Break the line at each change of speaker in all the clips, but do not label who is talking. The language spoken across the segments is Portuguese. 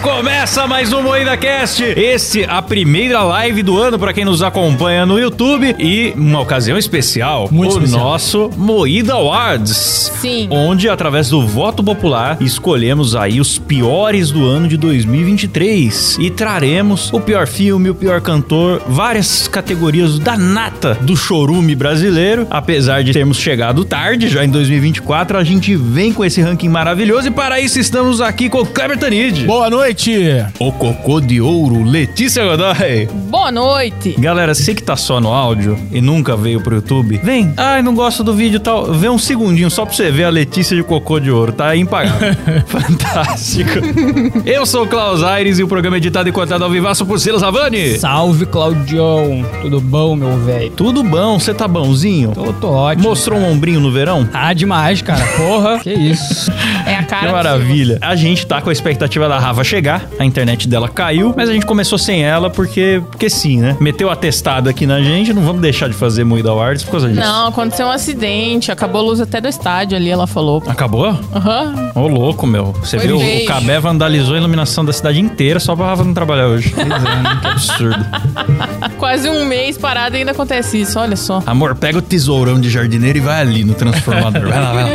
Começa mais um Moída Cast. Este a primeira live do ano para quem nos acompanha no YouTube e uma ocasião especial,
Muito
o
especial.
nosso Moída Awards.
Sim.
Onde através do voto popular escolhemos aí os piores do ano de 2023 e traremos o pior filme, o pior cantor, várias categorias da nata do chorume brasileiro. Apesar de termos chegado tarde, já em 2024, a gente vem com esse ranking maravilhoso e para isso estamos aqui com o Kleber Tanid.
Boa noite!
O Cocô de Ouro, Letícia Godoy.
Boa noite.
Galera, você que tá só no áudio e nunca veio pro YouTube, vem. Ai, não gosto do vídeo e tal. Vê um segundinho só pra você ver a Letícia de Cocô de Ouro. Tá impagável. Fantástico. Eu sou o Klaus Aires e o programa é editado e cortado ao vivaço por Silas Avani.
Salve, Claudião! Tudo bom, meu velho?
Tudo bom? Você tá bonzinho?
Tô, tô ótimo.
Mostrou um ombrinho no verão?
Ah, demais, cara. Porra, que isso.
É a
Ah,
cara
Que
do
maravilha. A gente tá com a expectativa da Rafa chegar, a internet dela caiu, mas a gente começou sem ela porque, porque sim, né? Meteu atestado aqui na gente, não vamos deixar de fazer Moída Awards por causa
Silvio.
disso.
Não, aconteceu um acidente. Acabou a luz até do estádio ali, ela falou.
Acabou?
Aham.
Ô, louco, meu. Você
Foi
viu?
beijo.
O Cabé vandalizou a iluminação da cidade inteira só pra Rafa não trabalhar hoje. que absurdo.
Quase um mês parado e ainda acontece isso, olha só.
Amor, pega o tesourão de jardineiro e vai ali no transformador. Vai lá, vai lá.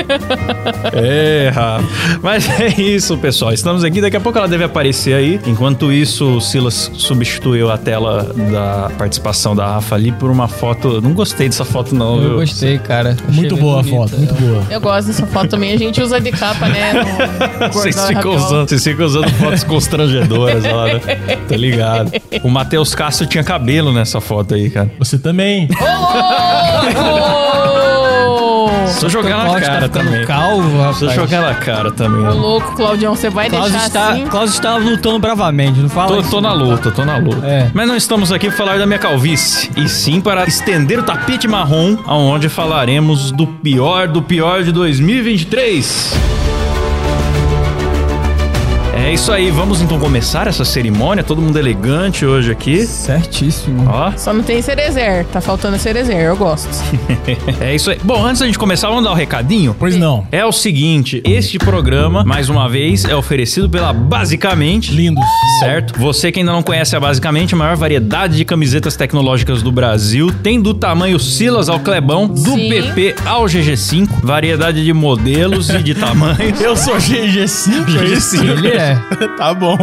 É, Rafa. Mas é isso, pessoal. Estamos aqui. Daqui a pouco ela deve aparecer aí. Enquanto isso, o Silas substituiu a tela da participação da Rafa ali por uma foto. Eu Não gostei dessa foto, não.
Eu
viu?
gostei, cara. Achei
Muito
bem
boa a
bonita. é.
foto, muito boa.
Eu gosto dessa foto também. A gente usa de capa, né? no-
Vocês
Gordão
ficam,
Rabiola.
usando, vocês ficam usando fotos constrangedoras lá, né? Tá ligado? O Matheus Castro tinha cabelo nessa foto aí, cara.
Você também.
Ô, louco!
Só jogar na
Klaus tá
cara
ficando
também.
calvo, rapaz.
Só jogar na cara também.
Ô, louco, Claudião, você vai
Klaus
deixar
está,
assim?
Klaus está lutando bravamente, não fala
Tô,
isso.
tô na luta, tô na luta.
É.
Mas não estamos aqui para falar da minha calvície, e sim para estender o tapete marrom, aonde falaremos do pior do pior de 2023. É isso aí, vamos então começar essa cerimônia, todo mundo elegante hoje aqui.
Certíssimo.
Ó,
Só não tem cerezer. Tá faltando cerezer, eu gosto.
é isso aí. Bom, antes da gente começar, vamos dar o recadinho?
Pois não.
É o seguinte, este programa, mais uma vez, é oferecido pela Basicamente
Lindos.
Certo? Você que ainda não conhece a basicamente a maior variedade de camisetas tecnológicas do Brasil, tem do tamanho Silas ao Clebão, do
Sim.
PP ao GG5, variedade de modelos e de tamanhos.
Eu sou GG5, é isso?
Ele é.
Tá bom.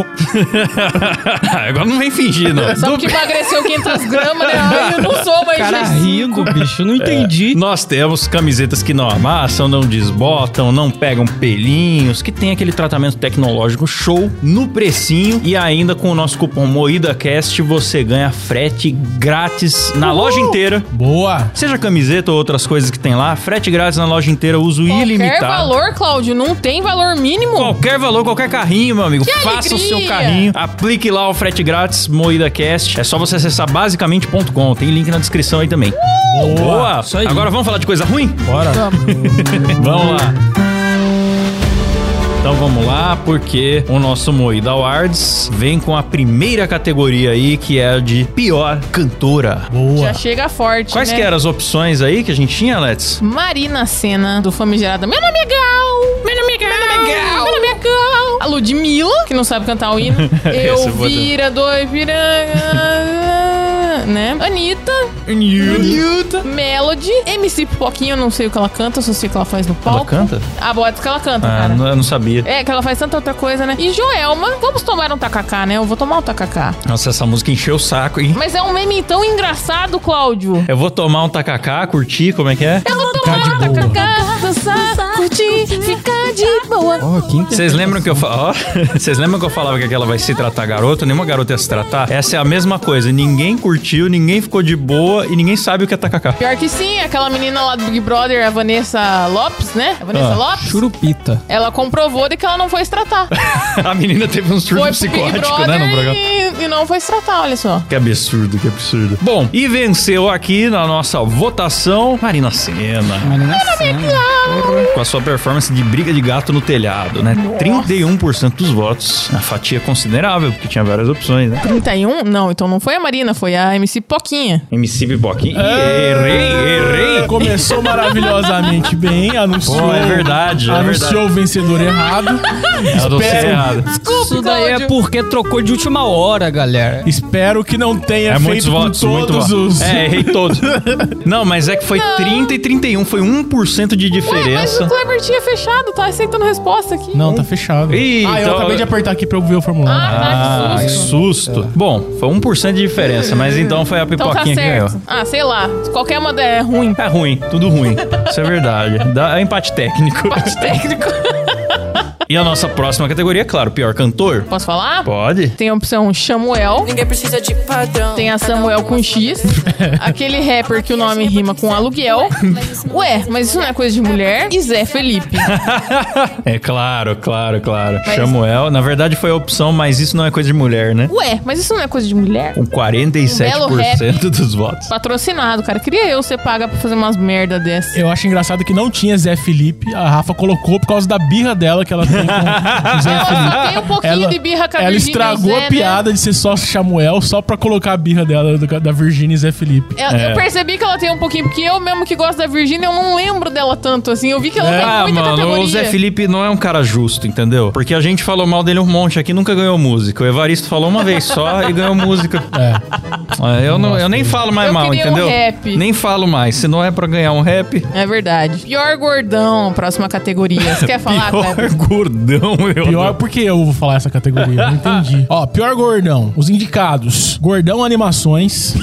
Agora não vem fingir, não.
Só porque emagreceu 500 gramas, né? Ai, eu não sou mais
Cara
Jesus.
rico, bicho. eu
É.
Não entendi.
Nós temos camisetas que não amassam, não desbotam, não pegam pelinhos, que tem aquele tratamento tecnológico show no precinho e ainda com o nosso cupom MoídaCast você ganha frete grátis na loja inteira.
Boa.
Seja camiseta ou outras coisas que tem lá, frete grátis na loja inteira, uso
Qualquer
ilimitado.
valor, Cláudio, não tem valor mínimo.
Qualquer valor, qualquer carrinho, meu amigo. Faça o
alegria!
seu carrinho, aplique lá o frete grátis MoídaCast. É só você acessar basicamente.com. Tem link na descrição aí também.
Boa.
Boa!
isso aí.
Agora vamos falar de coisa ruim?
Bora.
Vamos lá. Então vamos lá, porque o nosso Moída Awards vem com a primeira categoria aí, que é a de pior cantora.
Já
Boa.
chega forte.
Quais
né?
que eram as opções aí que a gente tinha, Let's?
Marina Senna, do famigerado Meu nome é Gal! Meu nome é Gal! Meu nome é Gal! A Ludmilla, que não sabe cantar o hino.
Essa
Eu
eu vou
vira do piranga. né? Anitta, Melody, MC Pipoquinha, eu não sei o que ela canta, só sei o que ela faz no
Ela
palco.
canta?
Ah, boatos que ela canta,
Ah,
cara.
não- eu não sabia.
É, que ela faz tanta outra coisa, né? E Joelma, vamos tomar um tacacá, né? Eu vou tomar um tacacá.
Nossa, essa música encheu o saco, hein?
Mas é um meme tão engraçado, Cláudio.
Eu vou tomar um tacacá, curtir, como é que é?
Eu vou tomar
de
um
boa.
tacacá, dançar, curtir, ficar de boa.
Ó, que inter-
Vocês lembram que eu falava. Vocês lembram que eu falava que aquela vai se tratar garota? Nenhuma garota ia se tratar? Essa é a mesma coisa. Ninguém curtiu, ninguém ficou de boa e ninguém sabe o que é tacacá.
Pior que sim, aquela menina lá do Big Brother, a Vanessa Lopes, né? A Vanessa
Ah,
Lopes.
Churupita.
Ela comprovou de que ela não foi se tratar.
A menina teve um surto
foi pro Big
psicótico, né,
Brother
no programa.
e, e não foi se tratar, olha só.
Que absurdo, que absurdo. Bom, e venceu aqui na nossa votação Marina Senna.
Marina Senna.
Com a sua performance de briga de gato no telhado, né? 31% dos votos. Uma fatia considerável, porque tinha várias opções, né?
31? Não, então não foi a Marina, foi a MC Poquinha.
MC Pipoquinha. Ih, Errei, errei,
Começou maravilhosamente bem, anunciou.
Pô, é verdade, é verdade.
Anunciou o vencedor errado.
Eu dou
Espero-
errado.
Isso daí é
Cláudio. Ah,
porque trocou de última hora, galera.
Espero que não tenha
É muitos
feito com
votos, muito
todos
voto.
os.
É, errei todos. Não, mas é que foi 30 e 31, foi 1% de
Ué, mas o
diferença.
Kleber tinha fechado, tá aceitando resposta aqui.
Não, tá fechado.
Ih,
ah, eu
então-
acabei de apertar aqui pra eu ver o formulário.
Ah,
Ah,
tá,
que
que susto.
É.
susto. Bom, foi 1% de diferença, mas então foi a
Então tá
pipoquinha que ganhou.
certo. Ah, sei lá. Qualquer uma é ruim.
É ruim, tudo ruim. Isso é verdade. Dá é empate técnico.
Parte técnico.
E a nossa próxima categoria, é claro, pior cantor.
Posso falar?
Pode.
Tem a opção Samuel.
Ninguém precisa de padrão. um
um Tem a Samuel com X. aquele rapper que o nome rima com aluguel. é Ué, mas isso não é coisa de mulher. E Zé Felipe.
É claro, claro, claro.
Mas-
Samuel, na verdade foi a opção, mas isso não é coisa de mulher, né?
Ué, mas isso não é coisa de mulher.
Com 47% dos votos.
Patrocinado, cara. Queria eu ser paga pra fazer umas merda dessa.
Eu acho engraçado que não tinha Zé Felipe. A Rafa colocou por causa da birra dela que ela tem com o Zé
Ela tem um pouquinho
Ela,
de birra com a
ela
Virgínia
estragou
Zé,
a
né?
piada de ser só Samuel só pra colocar a birra dela, do- da Virgínia e Zé Felipe.
Eu, eu percebi que ela tem um pouquinho, porque eu mesmo que gosto da Virgínia, eu não lembro dela tanto assim. Eu vi que ela
Ah,
tem muita
mano,
categoria.
o Zé Felipe não é um cara justo, entendeu? Porque a gente falou mal dele um monte aqui, nunca ganhou música. O Evaristo falou uma vez só e ganhou música. É, eu, não, eu nem falo mais
Eu
mal,
queria um
entendeu?
rap.
Nem falo mais. Se não é pra ganhar um rap,
É verdade. Pior gordão, próxima categoria. Você quer falar,
pior
Kleber?
gordão, eu
Pior, por que eu vou falar essa categoria? Não entendi. Ó, pior gordão. Os indicados. Gordão Animações.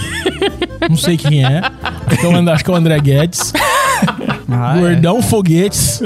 Não sei quem é. Acho que é o And- acho que é o André Guedes. gordão Foguetes.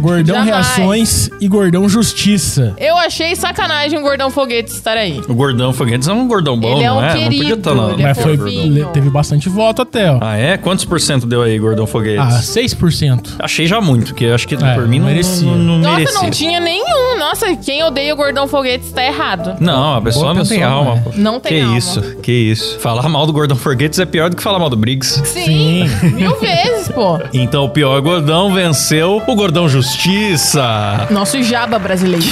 Gordão
Jamais.
Reações. E Gordão Justiça.
Eu achei sacanagem um gordão foguete estar aí.
O gordão Foguetes é um gordão bom,
Ele é
não
um
é? não podia
querido,
estar lá.
ele é
Mas foi,
fofinho.
le- teve bastante voto até, ó.
Ah, é? Quantos por cento deu aí, gordão Foguetes?
Ah, 6%.
Achei já muito, porque eu acho que
É,
por mim não
merecia.
Não, não
Nossa,
merecia.
não tinha nenhum. Nossa, quem odeia o gordão foguete está errado.
Não, a pessoa
Boa
não tem
pessoa,
alma.
né?
pô.
Não tem
que
alma.
isso, que isso. Falar mal do Gordão Foguetes é pior do que falar mal do Briggs.
Sim, mil vezes, pô.
Então o pior gordão venceu o gordão Justiça.
Nosso jaba brasileiro.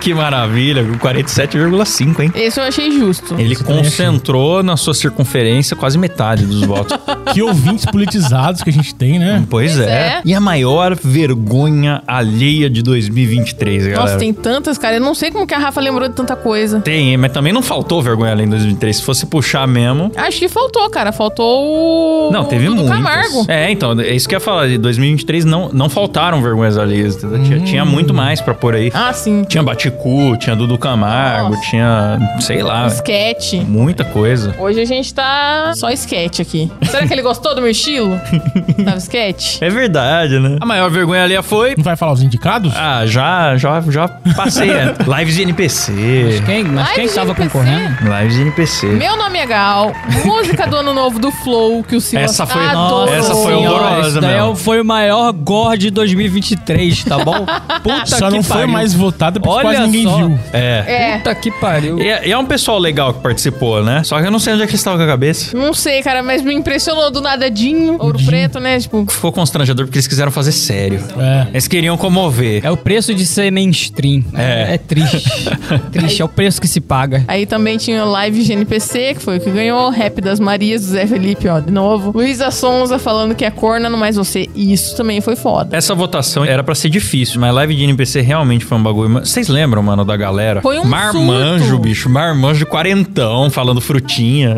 Que maravilha, com 47,5, hein?
Esse eu achei justo.
Ele
Isso também
concentrou na sua circunferência quase metade dos votos.
Que ouvintes politizados que a gente tem, né?
pois é.
é.
E a maior vergonha alheia de 2023, galera.
Nossa, tem tantas, cara. Eu não sei como que a Rafa lembrou de tanta coisa.
Tem, mas também não faltou vergonha alheia em 2023. Se fosse puxar mesmo.
Acho que faltou, cara. Faltou o.
Não, teve
Dudu
muitas.
Camargo.
É, então, é isso que eu ia falar. De 2023 não, não faltaram vergonhas alheias. entendeu? Tinha, tinha muito mais pra pôr aí.
Ah, sim.
Tinha Baticu, tinha Dudu Camargo,
Nossa.
tinha. sei lá.
Esquete.
Muita coisa.
Hoje a gente tá só esquete aqui. Será que ele gostou do meu estilo? Sabe esquete?
É verdade, né? A maior vergonha alheia foi.
Não vai falar os indicados?
Ah, já, já, já passei. né? Lives de NPC.
Quem, mas
Ai,
quem
gente,
tava
PC.
concorrendo?
Lives de NPC.
Meu nome é Gal, música do ano novo do Flow, que o Silas
Essa foi-
adorou.
Nossa Essa foi um
Senhora,
horrorosa
esse daí
mesmo.
foi o maior gore de 2023, tá bom? Puta
Só
que pariu.
não foi mais votada porque
Olha
quase ninguém
só.
viu.
É.
É,
Puta que pariu.
E, é- e é um pessoal legal que participou, né? Só que eu não sei onde é que eles estavam com a cabeça.
não sei, cara, mas me impressionou do nada Dinho, Ouro Preto, né? Tipo,
Ficou constrangedor porque eles quiseram fazer sério.
É.
Eles queriam comover.
É o preço de ser mainstream.
É.
É, triste. triste, é o preço que se paga.
aí também tinha live GNPC, que foi o que ganhou, Rap das Marias, do Zé Felipe, ó, de novo. Luísa Sonza falando que é corna, não mais você. Isso também foi foda.
Essa votação era pra ser difícil, mas live de NPC realmente foi um bagulho. Mas Vocês lembram, mano, da galera?
Foi um
Marmanjo,
surto.
bicho. Marmanjo de quarentão, falando frutinha.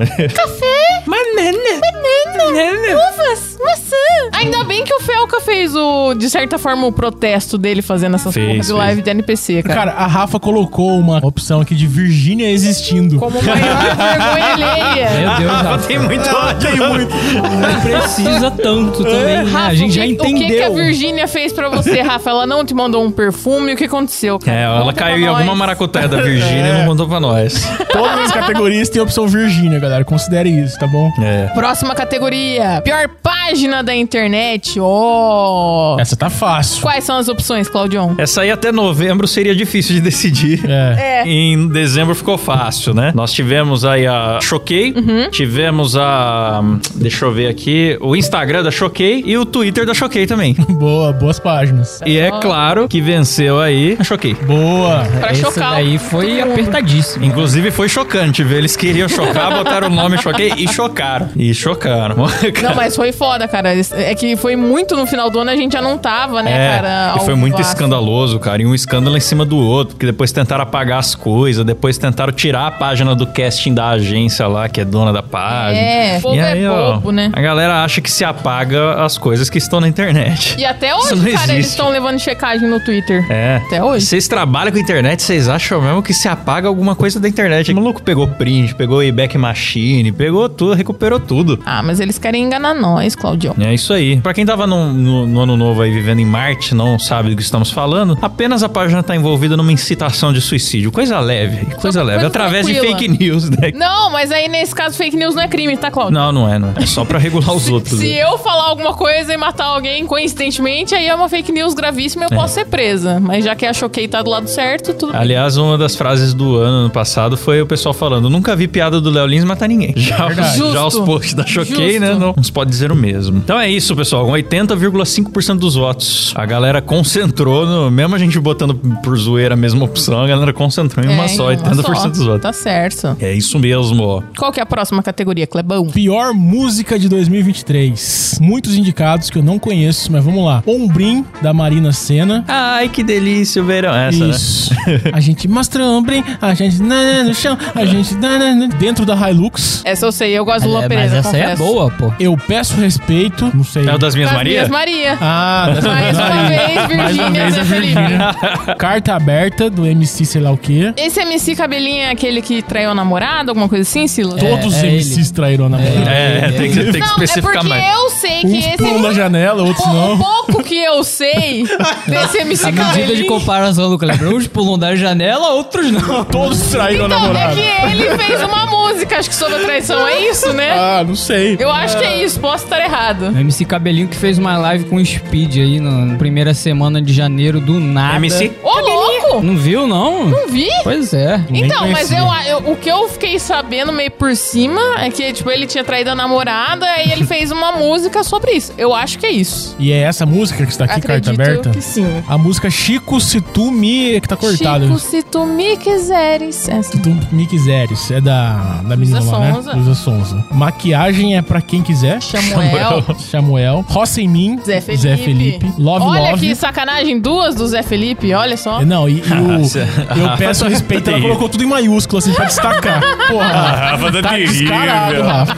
Uvas, maçã. Ainda bem que o Felca fez o, de certa forma, o protesto dele fazendo essas
Fez,
porra de
fez.
live de NPC, cara.
Cara, a Rafa colocou uma opção aqui de Virgínia existindo.
Como maior vergonha alheia.
Meu Deus, Rafa,
Tem muito ódio.
não É. precisa tanto também. né?
Rafa,
a gente
o
já
que-
entendeu.
O que, que a Virgínia fez pra você, Rafa? Ela não te mandou um perfume? O que aconteceu, cara?
É, ela
Conta
caiu
pra
em
nós. É.
alguma maracutaia da Virgínia e não contou pra nós.
Todas as categorias têm a opção Virgínia, galera. Considere isso, tá bom?
É.
Próxima categoria. Pior página da internet. Oh.
Essa tá fácil.
Quais são as opções, Claudion?
Essa aí até novembro seria difícil de decidir.
É.
Em dezembro ficou fácil, né? Nós tivemos aí a Choquei,
Uhum.
Tivemos a. hum, Deixa eu ver aqui. O Instagram da Choquei e o Twitter da Choquei também.
Boa, boas páginas.
E
Tá.
é claro que venceu aí a Choquei.
Boa.
Pra
Esse
chocar
daí
todo
foi
mundo.
apertadíssimo.
Inclusive foi chocante ver. Eles queriam chocar, botaram o nome Choquei e chocaram. E chocaram.
Não, mas foi foda, cara. É que foi muito no final do ano, a gente já não tava, né,
É,
cara?
e foi muito
alvaço.
escandaloso, cara. E um escândalo em cima do outro, porque depois tentaram apagar as coisas, depois tentaram tirar a página do casting da agência lá, que é dona da página.
É, o povo
e
é
aí, ó,
bobo, né?
A galera acha que se apaga as coisas que estão na internet.
E até
Isso
hoje,
não
cara, eles
existe.
estão levando checagem no Twitter.
É.
Até hoje.
Vocês trabalham com internet, vocês acham mesmo que se apaga alguma coisa da internet. O maluco pegou print, pegou e-back machine, pegou tudo, recuperou tudo.
Ah, mas eles querem enganar nós, Claudio.
É isso aí. Pra quem tava no, no- no ano novo aí vivendo em Marte, não sabe do que estamos falando, apenas a página tá envolvida numa incitação de suicídio. Coisa leve, coisa leve.
coisa
através
tranquila.
de fake news, né?
Não, mas aí nesse caso fake news não é crime, tá, Claudio?
Não, não é, não. É só pra regular os outros.
Se
né?
eu falar alguma coisa e matar alguém coincidentemente, aí é uma fake news gravíssima e eu posso ser presa. Mas já que a Choquei tá do lado certo, tudo bem.
Aliás, uma das frases do ano, ano passado foi o pessoal falando: nunca vi piada do Léo Lins matar ninguém. Já,
Verdade.
já os
Justo.
posts da Choquei,
Justo.
né? Não, uns pode dizer o mesmo. Então é isso, pessoal. Com 80,5% dos votos. A galera concentrou, no, mesmo a gente botando por zoeira a mesma opção, a galera concentrou em uma
É,
só,
em uma
80% dos votos.
Tá certo.
É isso mesmo.
Qual que é a próxima categoria, Clebão?
Pior música de 2023. Muitos indicados que eu não conheço, mas vamos lá. Ombrim, da Marina Senna.
Ai, que delícia o verão. É Essa, né?
Isso. a gente mostra o ombrim, a gente na- na- no chão, a gente na- na- na- dentro da Hilux.
Essa eu sei, eu gosto do Lula
É, mas
Pereira,
essa aí é
confesso.
boa, pô.
Eu peço respeito. Não sei.
né? É o das Minhas
Das
Maria?
Minhas Maria.
Ah, das
Mais uma vez,
Mais uma
Virgínia
vez
Zé
a
Felipe.
Virgínia. Carta aberta do MC sei lá o quê.
Esse MC Cabelinho é aquele que traiu a namorada, alguma coisa assim, Silas?
Todos os
é
MCs traíram a namorada.
É, tem que, tem que
Não,
especificar
é porque
mais.
eu sei que
Uns
esse...
pulam da janela, outros
Pô, O
não.
pouco que eu sei desse MC
A medida de
Cabelinho...
comparação do Clebrão, uns pulam da janela, outros não.
Todos traíram a
Então, é
namorada.
que ele fez uma música, acho que sobre a traição, é isso, né?
Ah, não sei.
Eu acho que é isso, posso estar errado.
O MC Cabelinho que fez uma live com o Speed aí na na primeira semana de janeiro, do nada.
MC?
Ô,
Tá
louco!
Não viu, não?
Não vi?
Pois é.
Nem
Então, mas
conhecia.
eu, eu- o que eu fiquei sabendo meio por cima é que, tipo, ele tinha traído a namorada e ele fez uma música sobre isso. Eu acho que é isso.
E é essa música que está aqui,
Acredito
carta aberta?
que sim.
A música Chico Se Tu Me. que tá cortada.
Chico, se tu me quiseres. é assim. Essa.
Se Tu Me Quiseres. É da, da menina
Luísa
lá, né?
Sonza.
Luísa Sonza. Maquiagem é pra quem quiser.
Samuel.
Samuel. Roça em mim.
Zé Felipe.
Felipe. Love
olha
Love. É
que sacanagem, duas do Zé Felipe, olha só.
Não, e, e
Nossa.
o, eu peço respeito. Ela colocou tudo em maiúsculo, assim, pra destacar. Porra, Rafa,
Rafa tá
tá descarado, Rafa.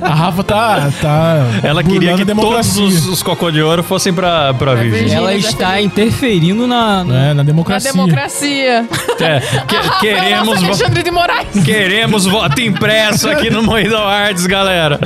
A Rafa tá. tá
Ela queria
burlando
que
a democracia.
todos os, os cocô de ouro fossem pra, pra Vivi.
Virgínia.
Ela
Zé
está interferindo na. na-
É, na
Na
democracia.
democracia.
É, que-
Rafael,
queremos,
nosso
vo-
Alexandre de Moraes.
queremos voto impresso aqui no Moidão Arts, galera.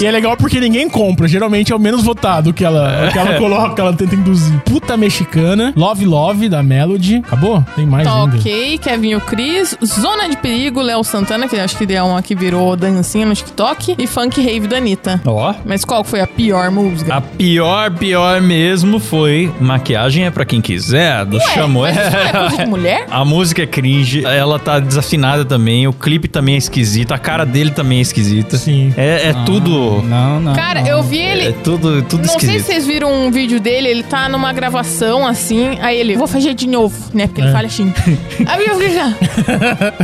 E é legal porque ninguém compra. Geralmente é o menos votado que ela, que ela coloca, que ela tenta induzir. Puta mexicana. Love Love, da Melody. Acabou? Tem mais
Tá
ainda.
ok, Kevin o Cris, Zona de Perigo, Léo Santana, que acho que é uma que virou dancinha no TikTok, e Funk Rave da Anitta.
Ó.
Mas qual foi a pior música?
A pior, pior mesmo foi Maquiagem é pra quem quiser, do
Ué,
Chamou.
mas isso não é coisa de mulher?
A música é cringe, ela tá desafinada também, o clipe também é esquisito, a cara dele também é esquisita.
Sim. Ah.
É, é tudo.
Não, não.
Cara,
não.
eu vi
É
ele...
tudo, tudo
Não sei
esquisito.
se vocês viram um vídeo dele, ele tá numa gravação assim, aí ele, vou fazer de novo, né? Porque ele fala assim. aí eu fiquei já.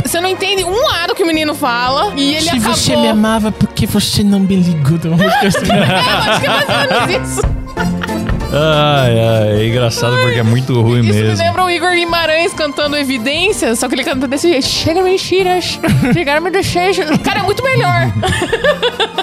Você não entende um ar do que o menino fala e ele
Se
acabou.
você me amava, por que você não me ligou? Tem uma música assim.
É, eu acho que é mais ou menos isso.
Ai, ai, é engraçado porque é muito ruim
Isso me
mesmo.
lembra o Igor Guimarães cantando Evidências, só que ele canta desse jeito. Chega mentiras, chegaram me deixar. Cara, é muito melhor.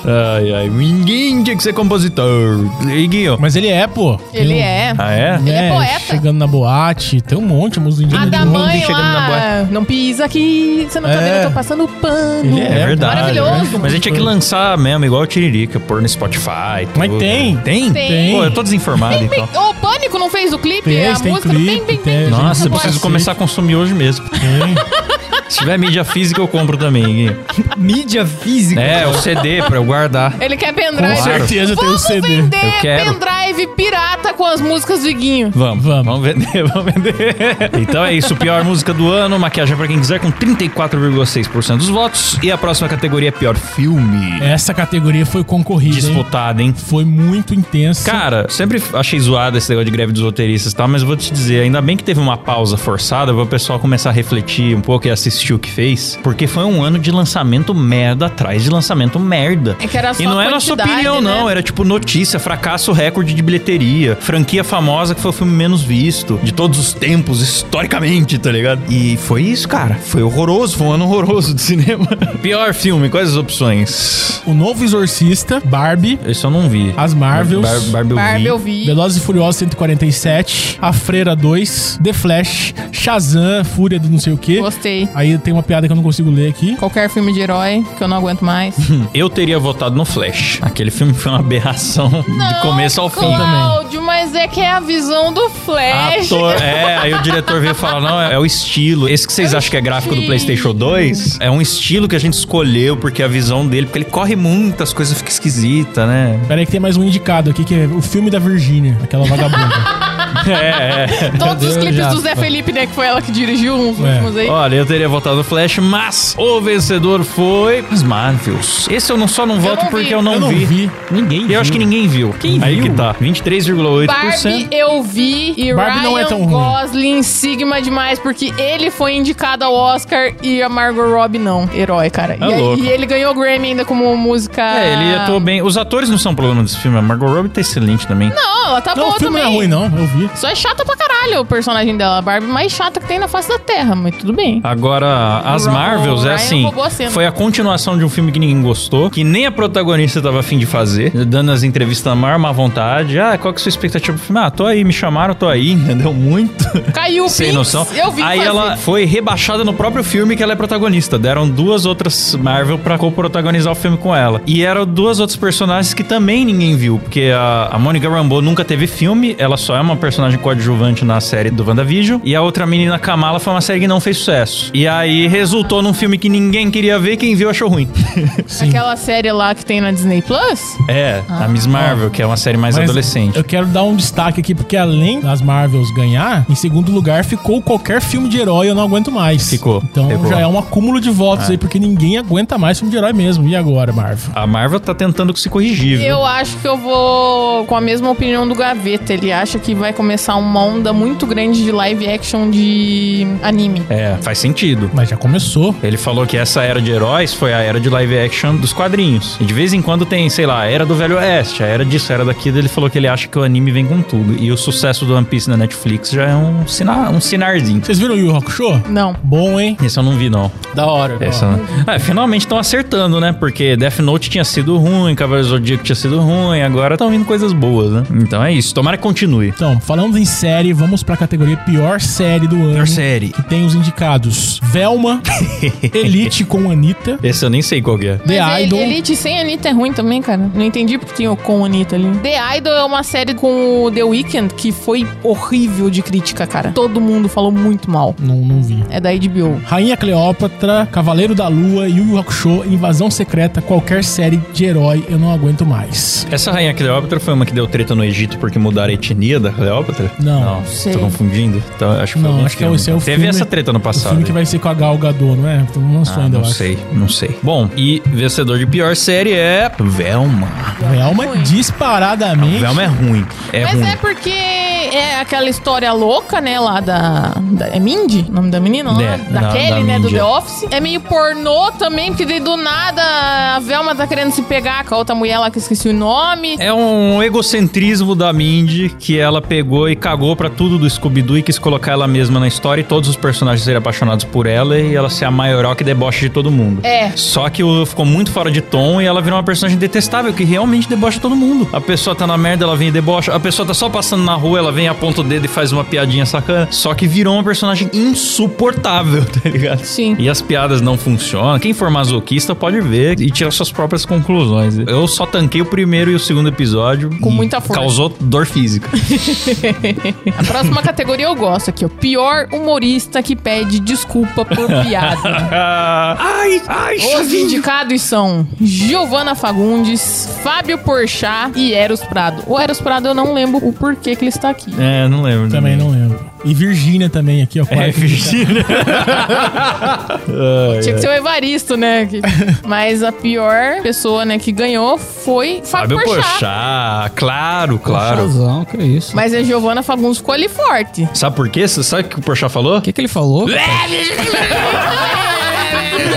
Ai, ai, ninguém tinha que ser compositor. Iguinho.
Mas ele é, pô.
Ele
Tem um-
é.
Ah, é?
Ele é poeta.
Chegando na boate, tem um monte de música
A
Ah,
indiana
da
de novo.
mãe
chegando na
lá, não pisa aqui, você não tá
É.
vendo, eu tô passando pano.
Ele
É, verdade.
Maravilhoso.
Mas a gente tinha que lançar mesmo, igual o Tiririca, pôr no Spotify.
Mas
tudo.
tem.
Tem?
Tem.
Pô, eu tô desinformado
Tem, tem,
então.
o Pânico não fez o clipe?
Tem,
a
tem
música
clipe,
bem, bem,
tem.
bem.
Nossa, eu
Gente,
preciso
cacete.
começar a consumir hoje mesmo.
Tem.
Se tiver mídia física, eu compro também, Gui.
Mídia física.
É, o CD pra eu guardar.
Ele quer pendrive.
Com
certeza tem o
Vamos
CD.
vender
Eu quero.
pendrive pirata com as músicas do Iguinho.
Vamos,
Vamos.
vamos. vender, vamos vender. Então é isso, pior música do ano, maquiagem pra quem quiser, com 34,6% dos votos. E a próxima categoria é pior filme.
Essa categoria foi concorrida, hein?
Disputada, hein?
Foi muito intensa.
Cara, sempre achei zoado esse negócio de greve dos roteiristas e tal, mas vou te dizer, ainda bem que teve uma pausa forçada para o pessoal começar a refletir um pouco e assistir o que fez, porque foi um ano de lançamento merda atrás de lançamento merda.
É que era só
e não era sua
quantidade,
opinião,
né?
não. Era tipo notícia, fracasso recorde de bilheteria, franquia famosa que foi o filme menos visto de todos os tempos, historicamente, tá ligado? E foi isso, cara. Foi horroroso, foi um ano horroroso de cinema. Pior filme, quais as opções?
O novo Exorcista, Barbie,
Esse eu não vi.
As Marvels.
Bar Barbie eu vi.
Barbie eu vi.
Velozes e Furiosos 147, A Freira 2, The Flash, Shazam, Fúria do não sei o quê.
Gostei.
Aí tem uma piada que eu não consigo ler aqui.
Qualquer filme de herói, que eu não aguento mais.
Eu teria votado no Flash. Aquele filme foi uma aberração de começo ao fim.
Cláudio, mas é que é a visão do Flash.
Ator, é, aí o diretor veio falar: não, é, é o estilo. Esse que vocês
É o
acham que é gráfico do
estilo.
PlayStation 2 é um estilo que a gente escolheu porque a visão dele, porque ele corre muito, as coisas ficam esquisitas, né?
Pera aí que tem mais um indicado aqui, que é o filme da Virgínia, aquela vagabunda.
É,
Todos os
Deus,
clipes
já
do Zé
foi.
Felipe, né? Que foi ela que dirigiu uns
É.
últimos aí.
é. Olha, eu teria votado no Flash, mas o vencedor foi as Marvels. Esse eu não só não voto
não
porque
vi.
eu não,
Eu não
vi.
vi.
Ninguém Eu
viu.
acho que ninguém viu.
Quem
Aí
viu?
que tá. 23,8%.
Barbie eu vi e
Barbie
Ryan
não é tão ruim.
Gosling sigma demais porque ele foi indicado ao Oscar e a Margot Robbie não. Herói, cara. e, aí-
louco.
e ele ganhou o Grammy ainda como música.
É, ele
Ah.
atuou bem. Os atores não são um problema desse filme. A Margot Robbie tá excelente também.
Não, ela tá
não, o
boa
filme
também.
não é ruim, não, eu vi.
Só é chata pra caralho o personagem dela. A Barbie mais chata que tem na face da Terra, mas tudo bem.
Agora, as
Ro-
Marvels é
Ryan
assim.
roubou a cena.
Foi a continuação de um filme que ninguém gostou, que nem a protagonista tava afim de fazer, dando as entrevistas na maior má vontade. Ah, qual que é a sua expectativa pro filme? Ah, tô aí, me chamaram, tô aí, entendeu? Muito.
Caiu o
Sem
Pix,
noção.
Eu vi
aí
fazer.
ela foi rebaixada no próprio filme que ela é protagonista. Deram duas outras Marvel pra co-protagonizar o filme com ela. E eram duas outras personagens que também ninguém viu, porque a, a Monica Rambeau nunca teve filme, ela só é uma personagem coadjuvante na série do WandaVision. E a outra menina Kamala foi uma série que não fez sucesso. E aí resultou num filme que ninguém queria ver, quem viu achou ruim.
Sim.
Aquela série lá que tem na Disney Plus?
é, a
Ah.
Miss Marvel, que é uma série mais
Mas
adolescente.
Eu quero dar um destaque aqui, porque além das Marvels ganhar, em segundo lugar ficou qualquer filme de herói, eu não aguento mais.
Ficou.
Então
Ficou. Ah.
já é um acúmulo de votos aí, porque ninguém aguenta mais filme de herói mesmo. E agora, Marvel?
A Marvel tá tentando se corrigir, viu?
Eu acho que eu vou com a mesma opinião do Gaveta. Ele acha que vai começar uma onda muito grande de live action de anime.
É, faz sentido.
Mas já começou.
Ele falou que essa era de heróis foi a era de live action dos quadrinhos. E de vez em quando tem, sei lá, a era do Velho Oeste, a era disso, a era daquilo. Ele falou que ele acha que o anime vem com tudo. E o sucesso do One Piece na Netflix já é um, sina um sinarzinho.
Vocês viram o Yu Yu Hakusho?
Não.
Bom, hein?
Esse eu não vi, não.
Da hora.
É,
Esse eu não- Ah, finalmente estão acertando, né? Porque Death Note tinha sido ruim, Cavaleiro do Zodíaco tinha sido ruim, agora estão vindo coisas boas, né? Então é isso, tomara que continue.
Então, falando em série, vamos pra categoria pior série do ano.
Pior série.
Que tem os indicados Velma, Elite com Anitta,
Esse eu nem sei qual que é.
The
Mas
Idol.
El- Elite sem Anitta é ruim também, cara. Não entendi porque tinha o com Anitta ali. The Idol é uma série com o The Weeknd que foi horrível de crítica, cara. Todo mundo falou muito mal.
Não, não vi.
É da HBO.
Rainha Cleópatra, Cavaleiro da Lua, Yu Yu Hakusho, Invasão Secreta, qualquer série de herói, eu não aguento mais.
Essa rainha Cleópatra foi uma que deu treta no Egito porque mudaram a etnia da Cleópatra?
Não.
Sei.
Tô confundindo? Então, acho que foi
Não,
algum
acho que é
filme.
esse é o
Teve
filme-
essa treta no
O
passado.
filme que vai ser com a Gal Gadot, não é? Então não lançou
Ah,
ainda, eu
não
acho.
sei, não sei. Bom, e vencedor de pior série é Velma.
Velma É disparadamente.
Velma é ruim. É
Mas
ruim.
é porque é aquela história louca, né, lá da... da- é Mindy? O nome da menina lá?
É,
da
da-
Kelly,
da
né, do
Mindy,
The
é.
Office. É meio pornô também, porque daí do nada a Velma tá querendo se pegar com a outra mulher lá que eu esqueci o nome.
É um egocentrismo da Mindy que ela pegou e cagou pra tudo do Scooby-Doo e quis colocar ela mesma na história e todos os personagens serem apaixonados por ela e ela ser a maioral que debocha de todo mundo.
É.
Só que o- ficou muito fora de tom e ela virou uma personagem detestável que realmente debocha todo mundo. A pessoa tá na merda, ela vem e debocha. A pessoa tá só passando na rua, ela vem, aponta o dedo e faz uma piadinha sacana. Só que virou uma personagem insuportável, tá ligado?
Sim.
E as piadas não funcionam. Quem for masoquista pode ver e tirar suas próprias conclusões. Eu só tanquei o primeiro e o segundo episódio.
Com
e
muita força.
Causou dor física.
A próxima categoria eu gosto aqui, ó. Pior humorista que pede desculpa por piada.
ai, ai,
Os indicados são Giovana Fagundes, Fábio Porchat e Eros Prado. O Eros Prado eu não lembro o porquê que ele está aqui.
É, não lembro.
Também não lembro. E Virgínia também aqui, ó.
É,
quarta indicada.
Virgínia.
Tinha
É.
que ser o Evaristo, né? que- Mas a pior pessoa, né, que ganhou foi Fábio
Fábio
Porchat.
Porchat, claro,
Tem
claro.
Razão, que é isso.
Mas a Giovana Fagundes ficou ali forte.
Sabe por quê? Você sabe o que o Porchat falou?
O que, que ele falou?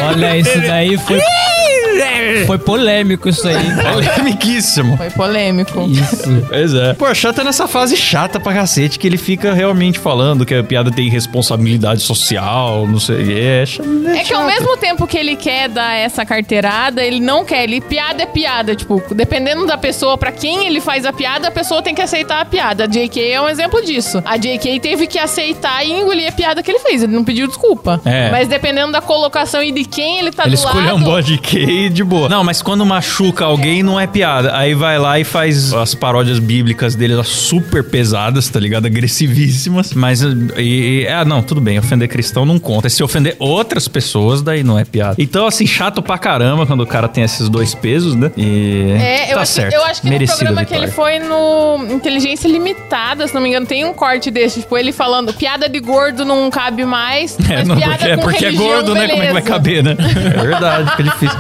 Olha, isso daí foi,
é.
foi polêmico isso aí.
Polemiquíssimo.
Foi polêmico.
Isso.
É Pois é. Porchat tá nessa fase chata pra cacete que ele fica realmente falando que a piada tem responsabilidade social, não sei. É, ch-
É que ao mesmo tempo que ele quer dar essa carteirada, ele não quer. Ele piada é piada. Tipo, dependendo da pessoa, pra quem ele faz a piada, a pessoa tem que aceitar a piada. A JK é um exemplo disso. A JK teve que aceitar e engolir a piada que ele fez. Ele não pediu desculpa.
É.
Mas dependendo da colocação e de quem ele tá
Ele
do
escolheu
lado.
um bode que de boa. Não, mas quando machuca alguém não é piada. Aí vai lá e faz as paródias bíblicas dele lá super pesadas, tá ligado? Agressivíssimas. Mas. E, e- ah, não, tudo bem. Ofender cristão não conta. E se ofender outras pessoas, daí não é piada. Então, assim, chato pra caramba quando o cara tem esses dois pesos, né? E.
É, eu,
tá
acho,
certo.
eu acho que
Merecida
no programa que
vitória.
ele foi no Inteligência Limitada, se não me engano, tem um corte desse, tipo, ele falando piada de gordo não cabe mais,
É,
mas
não,
piada
porque, é
com
porque é
religião,
gordo, né? Como é que vai
beleza.
caber, né? É verdade, fica difícil.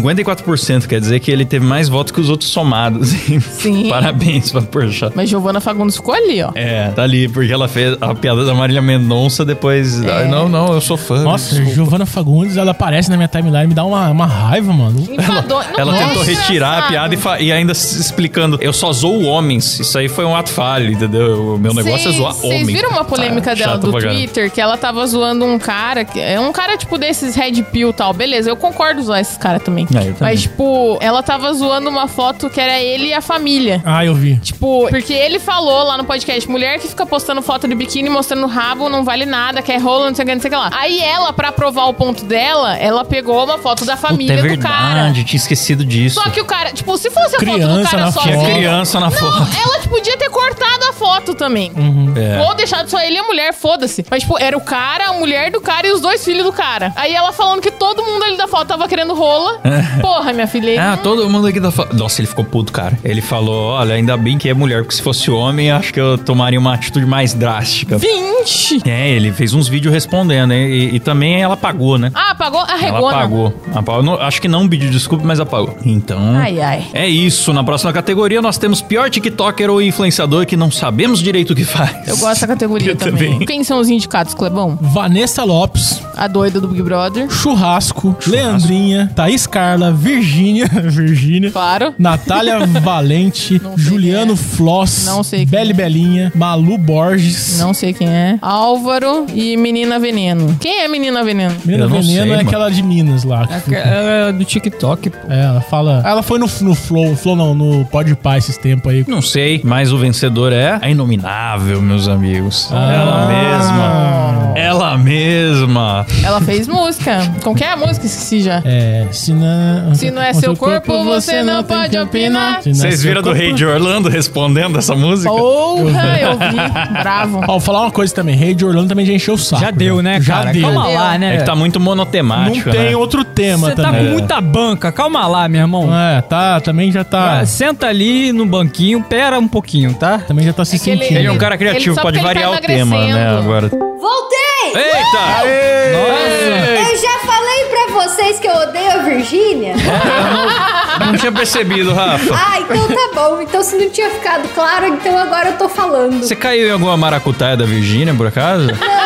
54% quer dizer que ele teve mais votos que os outros somados.
Sim.
Parabéns pra Porchat.
Mas Giovana Fagundes ficou ali, ó.
É, tá ali, porque ela fez a piada da Marília Mendonça depois.
É.
Ai, não, não, eu sou fã.
Nossa, Giovana Fagundes, ela aparece na minha timeline, me dá uma, uma raiva, mano.
Enfadonha. Não
Ela
é
tentou retirar a
engraçado.
piada e, fa- e ainda se explicando. Eu só zoo homens. Isso aí foi um ato falho, entendeu? O meu negócio é
Vocês-
zoar homens.
Vocês viram uma polêmica
Tá,
dela
chato
do
pra caramba.
Twitter que ela tava zoando um cara, que é um cara tipo desses red pill e tal, beleza, eu concordo zoar esses caras também.
É, eu também.
Mas tipo, ela tava zoando uma foto que era ele e a família.
Ah, eu vi.
Tipo, porque ele falou lá no podcast, mulher que fica postando foto de biquíni mostrando o rabo não vale nada, quer rola, não sei o que, não sei o que lá. Aí ela, pra provar o ponto dela, ela pegou uma foto da família
Puta, é
do cara.
verdade, eu tinha esquecido disso.
Só que o cara, tipo, se fosse a foto do
Criança
cara
na
só
foto.
Tinha é criança na foto.
ela tipo, podia ter cortado a foto também.
É.
Ou deixado só ele e a mulher, foda-se. Mas, tipo, era o cara, a mulher do cara e os dois filhos do cara. Aí ela falando que todo mundo ali da foto tava querendo rola. Porra, minha filha. ele
Ah, todo mundo aqui tá falando. Nossa, ele ficou puto, cara. Ele falou: olha, ainda bem que é mulher, porque se fosse homem, acho que eu tomaria uma atitude mais drástica.
20!
É, ele fez uns vídeos respondendo, hein? E, e também ela apagou, né?
Ah, apagou? Arregou,
Ela apagou. apagou. Não- acho que não pediu desculpa, mas apagou. Então.
Ai, ai.
É isso. Na próxima categoria, nós temos pior TikToker ou influenciador que não sabemos direito o que faz.
Eu gosto da categoria
Eu
também.
também.
Quem são os indicados, Clebão?
Vanessa Lopes,
A doida do Big Brother.
Churrasco, Leandrinha, Thaís Carla, Virgínia, Virgínia,
Claro.
Natália Valente,
Não sei
Juliano
quem é.
Floss,
Não sei quem
Beli
é.
Belinha, Malu Borges.
Não sei quem é. Álvaro e Menina Veneno. Quem é Menina Veneno?
Menina
Eu não
Veneno
sei,
é
mano.
aquela de Minas lá. que fica-
Ela é do TikTok, pô.
É, ela fala. Ela foi no, no Flow, Flow não, no Pode Pá esses tempos aí.
Não sei, mas o vencedor é a Inominável, meus amigos.
Ah.
Ela mesma. Ela mesma.
Ela fez música. Com que é a música? Esqueci já.
É, se não,
Se não é seu corpo, você não pode opinar.
Se não é
Vocês
seu
viram do
corpo-
Rei de Orlando respondendo essa música?
Porra, eu vi. Bravo.
Ó, vou falar uma coisa também. Rei de Orlando também já encheu o saco.
Já deu, né,
Já
cara?
deu.
Calma lá, né?
É que tá muito
Não
monotemático,
tem
né?
outro tema
Você tá com
também.
muita banca. Calma lá, meu irmão.
É, tá, também já tá.
Ah, Senta ali no banquinho, pera um pouquinho, tá?
Também já tá se
É que ele-
sentindo.
Ele é um cara
Ele-
criativo,
só
pode
porque ele
variar
tá
o tema, né,
emagrecendo.
agora.
Voltei!
Eita! Nossa!
Eu já falei pra vocês que eu odeio a Virgínia.
É.
Não tinha percebido, Rafa.
Ah, então tá bom. Então se não tinha ficado claro, então agora eu tô falando.
Você caiu em alguma maracutaia da Virgínia, por acaso? Não.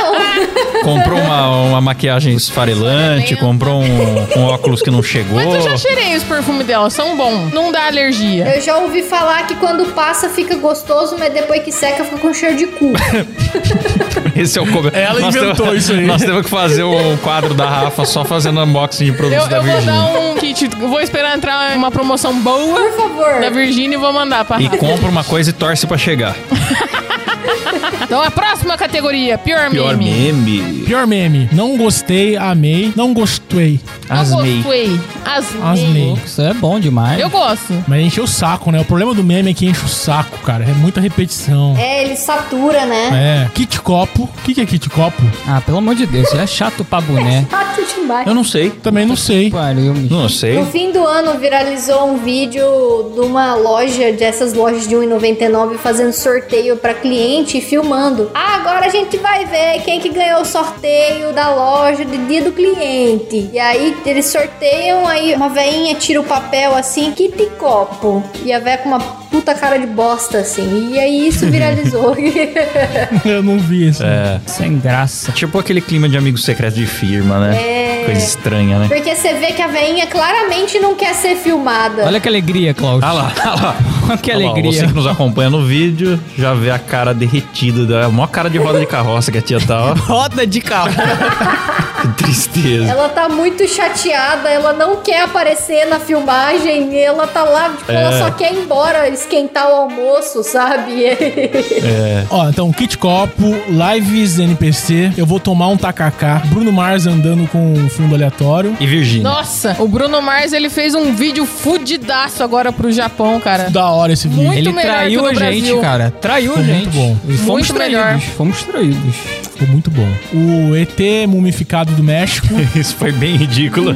Comprou uma, uma maquiagem esfarelante, comprou um, um óculos que não chegou.
Mas eu já cheirei os perfumes dela, são bons. Não dá alergia.
Eu já ouvi falar que quando passa fica gostoso, mas depois que seca fica com cheiro de cu.
Esse é o começo.
Ela inventou
temos-
isso aí.
Nós temos que fazer o quadro da Rafa só fazendo unboxing de
Eu,
produtos da
eu vou
Virgínia.
dar um kit, eu vou esperar entrar uma promoção boa
Por favor.
da Virgínia e vou mandar pra
E
Rafa.
compra uma coisa e torce pra chegar.
Então a próxima categoria, pior,
Pior
Um meme.
meme.
Pior meme. Não gostei, amei, não gostei.
Asmei.
Asmei.
Asmei.
Asmei.
Louco, Isso é bom demais.
Eu gosto.
Mas enche o saco, né? O problema do meme é que enche o saco, cara. É muita repetição.
É, ele satura,
É.
né?
Kit copo. O que, que é kit copo?
Ah, pelo amor de Deus, isso é chato pra boné.
Chato demais.
Eu não sei.
Também não sei.
Pariu, bicho.
Não
No
sei.
fim do ano viralizou um vídeo de uma loja, dessas lojas de 1,99 fazendo sorteio pra cliente e filmando. Ah, agora a gente vai ver quem que ganhou o sorteio da loja de dia do cliente. E aí eles sorteiam, aí uma veinha tira o papel assim, kit e copo. E a véia com uma puta cara de bosta assim. E aí isso viralizou.
Eu não vi isso.
É.
Sem graça.
Tipo aquele clima de amigo secreto de firma, né? Coisa estranha, né?
Porque você vê que a veinha claramente não quer ser filmada.
Olha que alegria, Cláudio.
Ah lá, ah lá.
que
Olha lá,
alegria.
Você que nos acompanha no vídeo já vê a cara derretida, da- a maior cara de roda de carroça que a tia tá, ó.
Roda de carro.
Que tristeza.
Ela tá muito chateada, ela não quer aparecer na filmagem, e ela tá lá, tipo, ela só quer ir embora esquentar o almoço, sabe?
Ó, então, Kit Copo, Lives NPC, Eu Vou Tomar um Tacacá, Bruno Mars andando com um fundo aleatório.
E Virgínia?
Nossa, o Bruno Mars ele fez um vídeo fudidaço agora pro Japão, cara.
Da hora esse vídeo.
Muito
Ele
melhor
traiu
que
a
no
gente,
Brasil.
cara. Traiu a
Ficou
gente.
muito bom.
E fomos
Muito
traídos.
melhor.
Fomos traídos.
Ficou muito bom. O ET Mumificado do México.
Isso foi bem ridículo.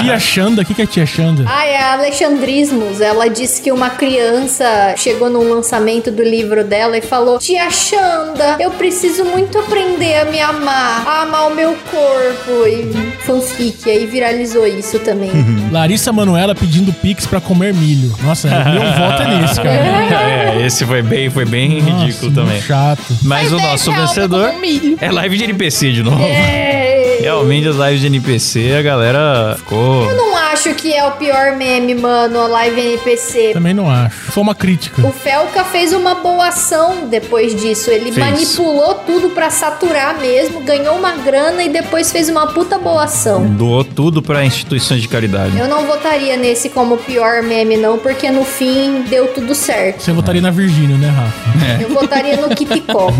Tia Xanda. O que, que é Tia Xanda?
Ah, é a Alexandrismos. Ela disse que uma criança chegou no lançamento do livro dela e falou: Tia Xanda, eu preciso muito aprender a me amar, a amar o meu corpo. E fanfic, aí viralizou isso também.
Uhum. Larissa Manuela pedindo pix pra comer milho. Nossa, meu voto é nesse, cara.
é, esse foi bem, foi bem
Nossa,
ridículo
muito
também.
chato.
Mas o
dez
nosso
real pra
vencedor
comer é, um milho.
é live de NPC de novo.
É.
Realmente as lives de NPC, a galera ficou.
Eu não acho que é o pior meme, mano, a live NPC.
Também não acho. Foi uma crítica.
O Felca fez uma boa ação depois disso. Ele
Fez.
manipulou tudo pra saturar mesmo, ganhou uma grana e depois fez uma puta boa ação.
Doou tudo pra instituições de caridade.
Eu não votaria nesse como pior meme, não, porque no fim deu tudo certo.
Você votaria na Virgínia, né, Rafa?
Eu votaria no Kit Copo.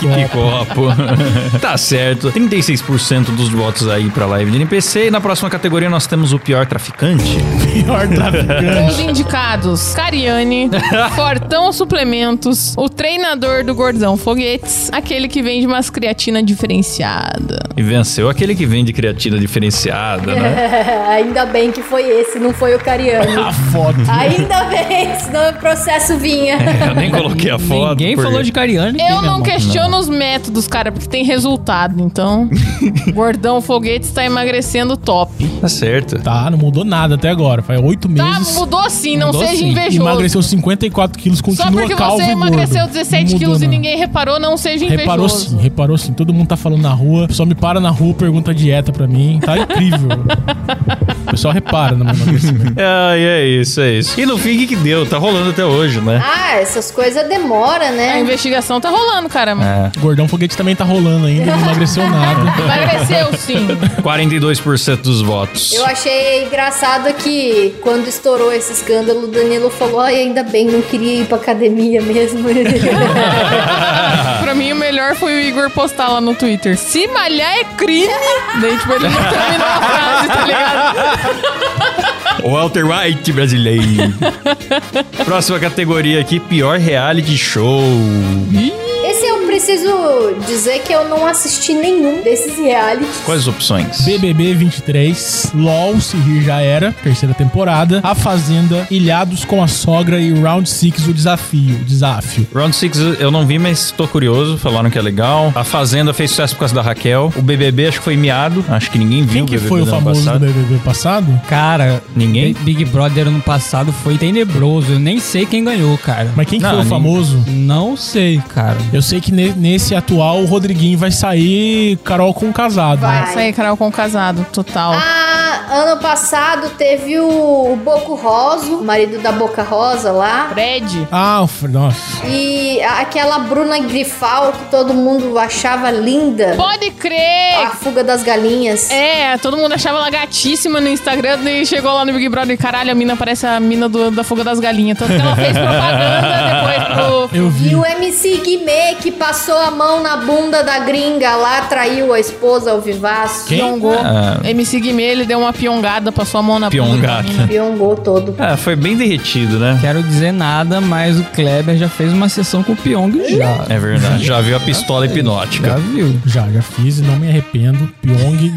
Que copo. tá certo. 36% dos votos aí pra live de NPC. E na próxima categoria nós temos o pior traficante.
Pior traficante.
Os indicados: Cariani, Fortão Suplementos, o treinador do Gordão Foguetes, aquele que vende umas creatina diferenciada.
E venceu aquele que vende creatina diferenciada, né?
Ainda bem que foi esse, não foi o Cariano.
A foto. É.
Ainda bem, senão o processo vinha.
Eu nem coloquei a foto.
Ninguém
porque-
falou de Cariani.
Eu não questiono os métodos, cara, porque tem resultado. Então, Gordão Foguetes tá emagrecendo top.
Tá certo.
Tá, não mudou nada até agora. Faz oito
Tá,
meses.
mudou sim, não
Mudou
seja
sim.
invejoso.
Emagreceu 54 quilos, continua
Só
calvo
porque
e gordo.
você emagreceu 17
Não
quilos e
mudou, não.
ninguém reparou, não seja invejoso.
Reparou sim, reparou sim. Todo mundo tá falando na rua. Só me para na rua, pergunta a dieta pra mim. Tá incrível. o pessoal repara no meu emagrecimento.
É, e é isso, é isso. E no fim, o que, que deu? Tá rolando até hoje, né?
Ah, essas coisas demora,
A
né?
investigação tá rolando, cara.
É.
O Gordão foguete também tá rolando ainda, não emagreceu nada.
Emagreceu sim.
42% dos votos.
Eu achei engraçado que quando estourou esse escândalo, o Danilo falou: Ai, ainda bem, não queria ir pra academia mesmo.
Ah, pra mim, o melhor foi o Igor postar lá no Twitter. Se malhar é crime. Daí, tipo, ele não terminou a frase, tá ligado?
Walter White brasileiro. Próxima categoria aqui, pior reality show.
Esse eu preciso dizer que eu não assisti nenhum desses realities.
Quais as opções?
BBB 23, LOL, se rir já era, terceira temporada, A Fazenda, Ilhados com a Sogra e Round 6, o desafio, desafio.
Round 6 eu não vi, mas tô curioso. Falaram que é legal. A Fazenda fez sucesso por causa da Raquel. O BBB acho que foi miado. Acho que ninguém viu
Quem
o
que
BBB
foi o
do ano
famoso do
passado.
BBB passado?
Cara,
Ninguém?
Big Brother ano passado foi tenebroso. Eu nem sei quem ganhou, cara.
Mas quem que
Não,
foi o
nem-
famoso?
Não sei, cara.
Eu sei que ne- nesse atual o Rodriguinho vai sair Carol com um casado.
Vai.
né?
Ah, Isso aí, Carol, com casado, total.
A ano passado teve o, o Boco Rosa, o marido da Boca Rosa lá.
Fred.
Ah, o Fre- nossa.
E a- aquela Bruna Grifal que todo mundo achava linda.
Pode crer!
A fuga das galinhas.
É, todo mundo achava ela gatíssima no Instagram e chegou lá no Big Brother e caralho, a mina parece a mina do- da Fuga das Galinhas. Tanto que ela fez propaganda depois pro.
Eu vi.
E o MC Guimê que passou a mão na bunda da gringa lá, traiu a esposa ao vivaço.
Quem?
Piongou.
Ah.
MC Guimê, ele deu uma piongada, passou a mão na bunda da
Piongada.
mina.
Piongou todo.
Ah, foi bem derretido, né?
Quero dizer nada, mas o Kleber já fez uma sessão com o Pyong já.
É verdade. Já viu a pistola
Já
hipnótica.
viu.
Já, já fiz e não me arrependo. Pyong.